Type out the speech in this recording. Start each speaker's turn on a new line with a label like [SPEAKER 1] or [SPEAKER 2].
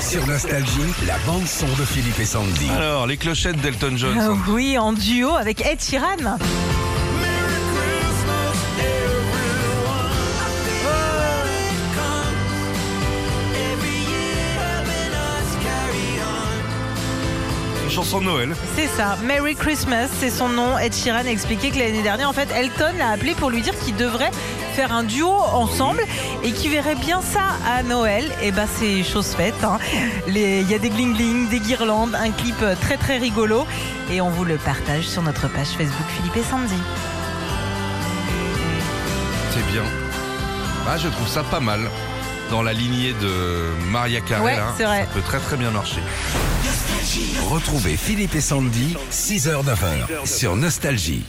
[SPEAKER 1] Sur Nostalgie, la bande son de Philippe et Sandy.
[SPEAKER 2] Alors, les clochettes d'Elton John.
[SPEAKER 3] Euh,
[SPEAKER 2] ça.
[SPEAKER 3] oui, en duo avec Ed Sheeran.
[SPEAKER 2] Une chanson de Noël.
[SPEAKER 3] C'est ça, Merry Christmas, c'est son nom. Ed Sheeran a expliqué que l'année dernière, en fait, Elton l'a appelé pour lui dire qu'ils devraient faire un duo ensemble et qu'ils verraient bien ça à Noël. Et bah, c'est chose faite. hein. Les- Il y a des gling-gling, des guirlandes, un clip très très rigolo. Et on vous le partage sur notre page Facebook Philippe et Sandy.
[SPEAKER 2] C'est bien. Ah, je trouve ça pas mal. Dans la lignée de Maria Carey,
[SPEAKER 3] Ouais,
[SPEAKER 2] là,
[SPEAKER 3] c'est vrai.
[SPEAKER 2] ça peut très très bien marcher.
[SPEAKER 1] Retrouvez Philippe et Sandy, 6h-9h, sur Nostalgie.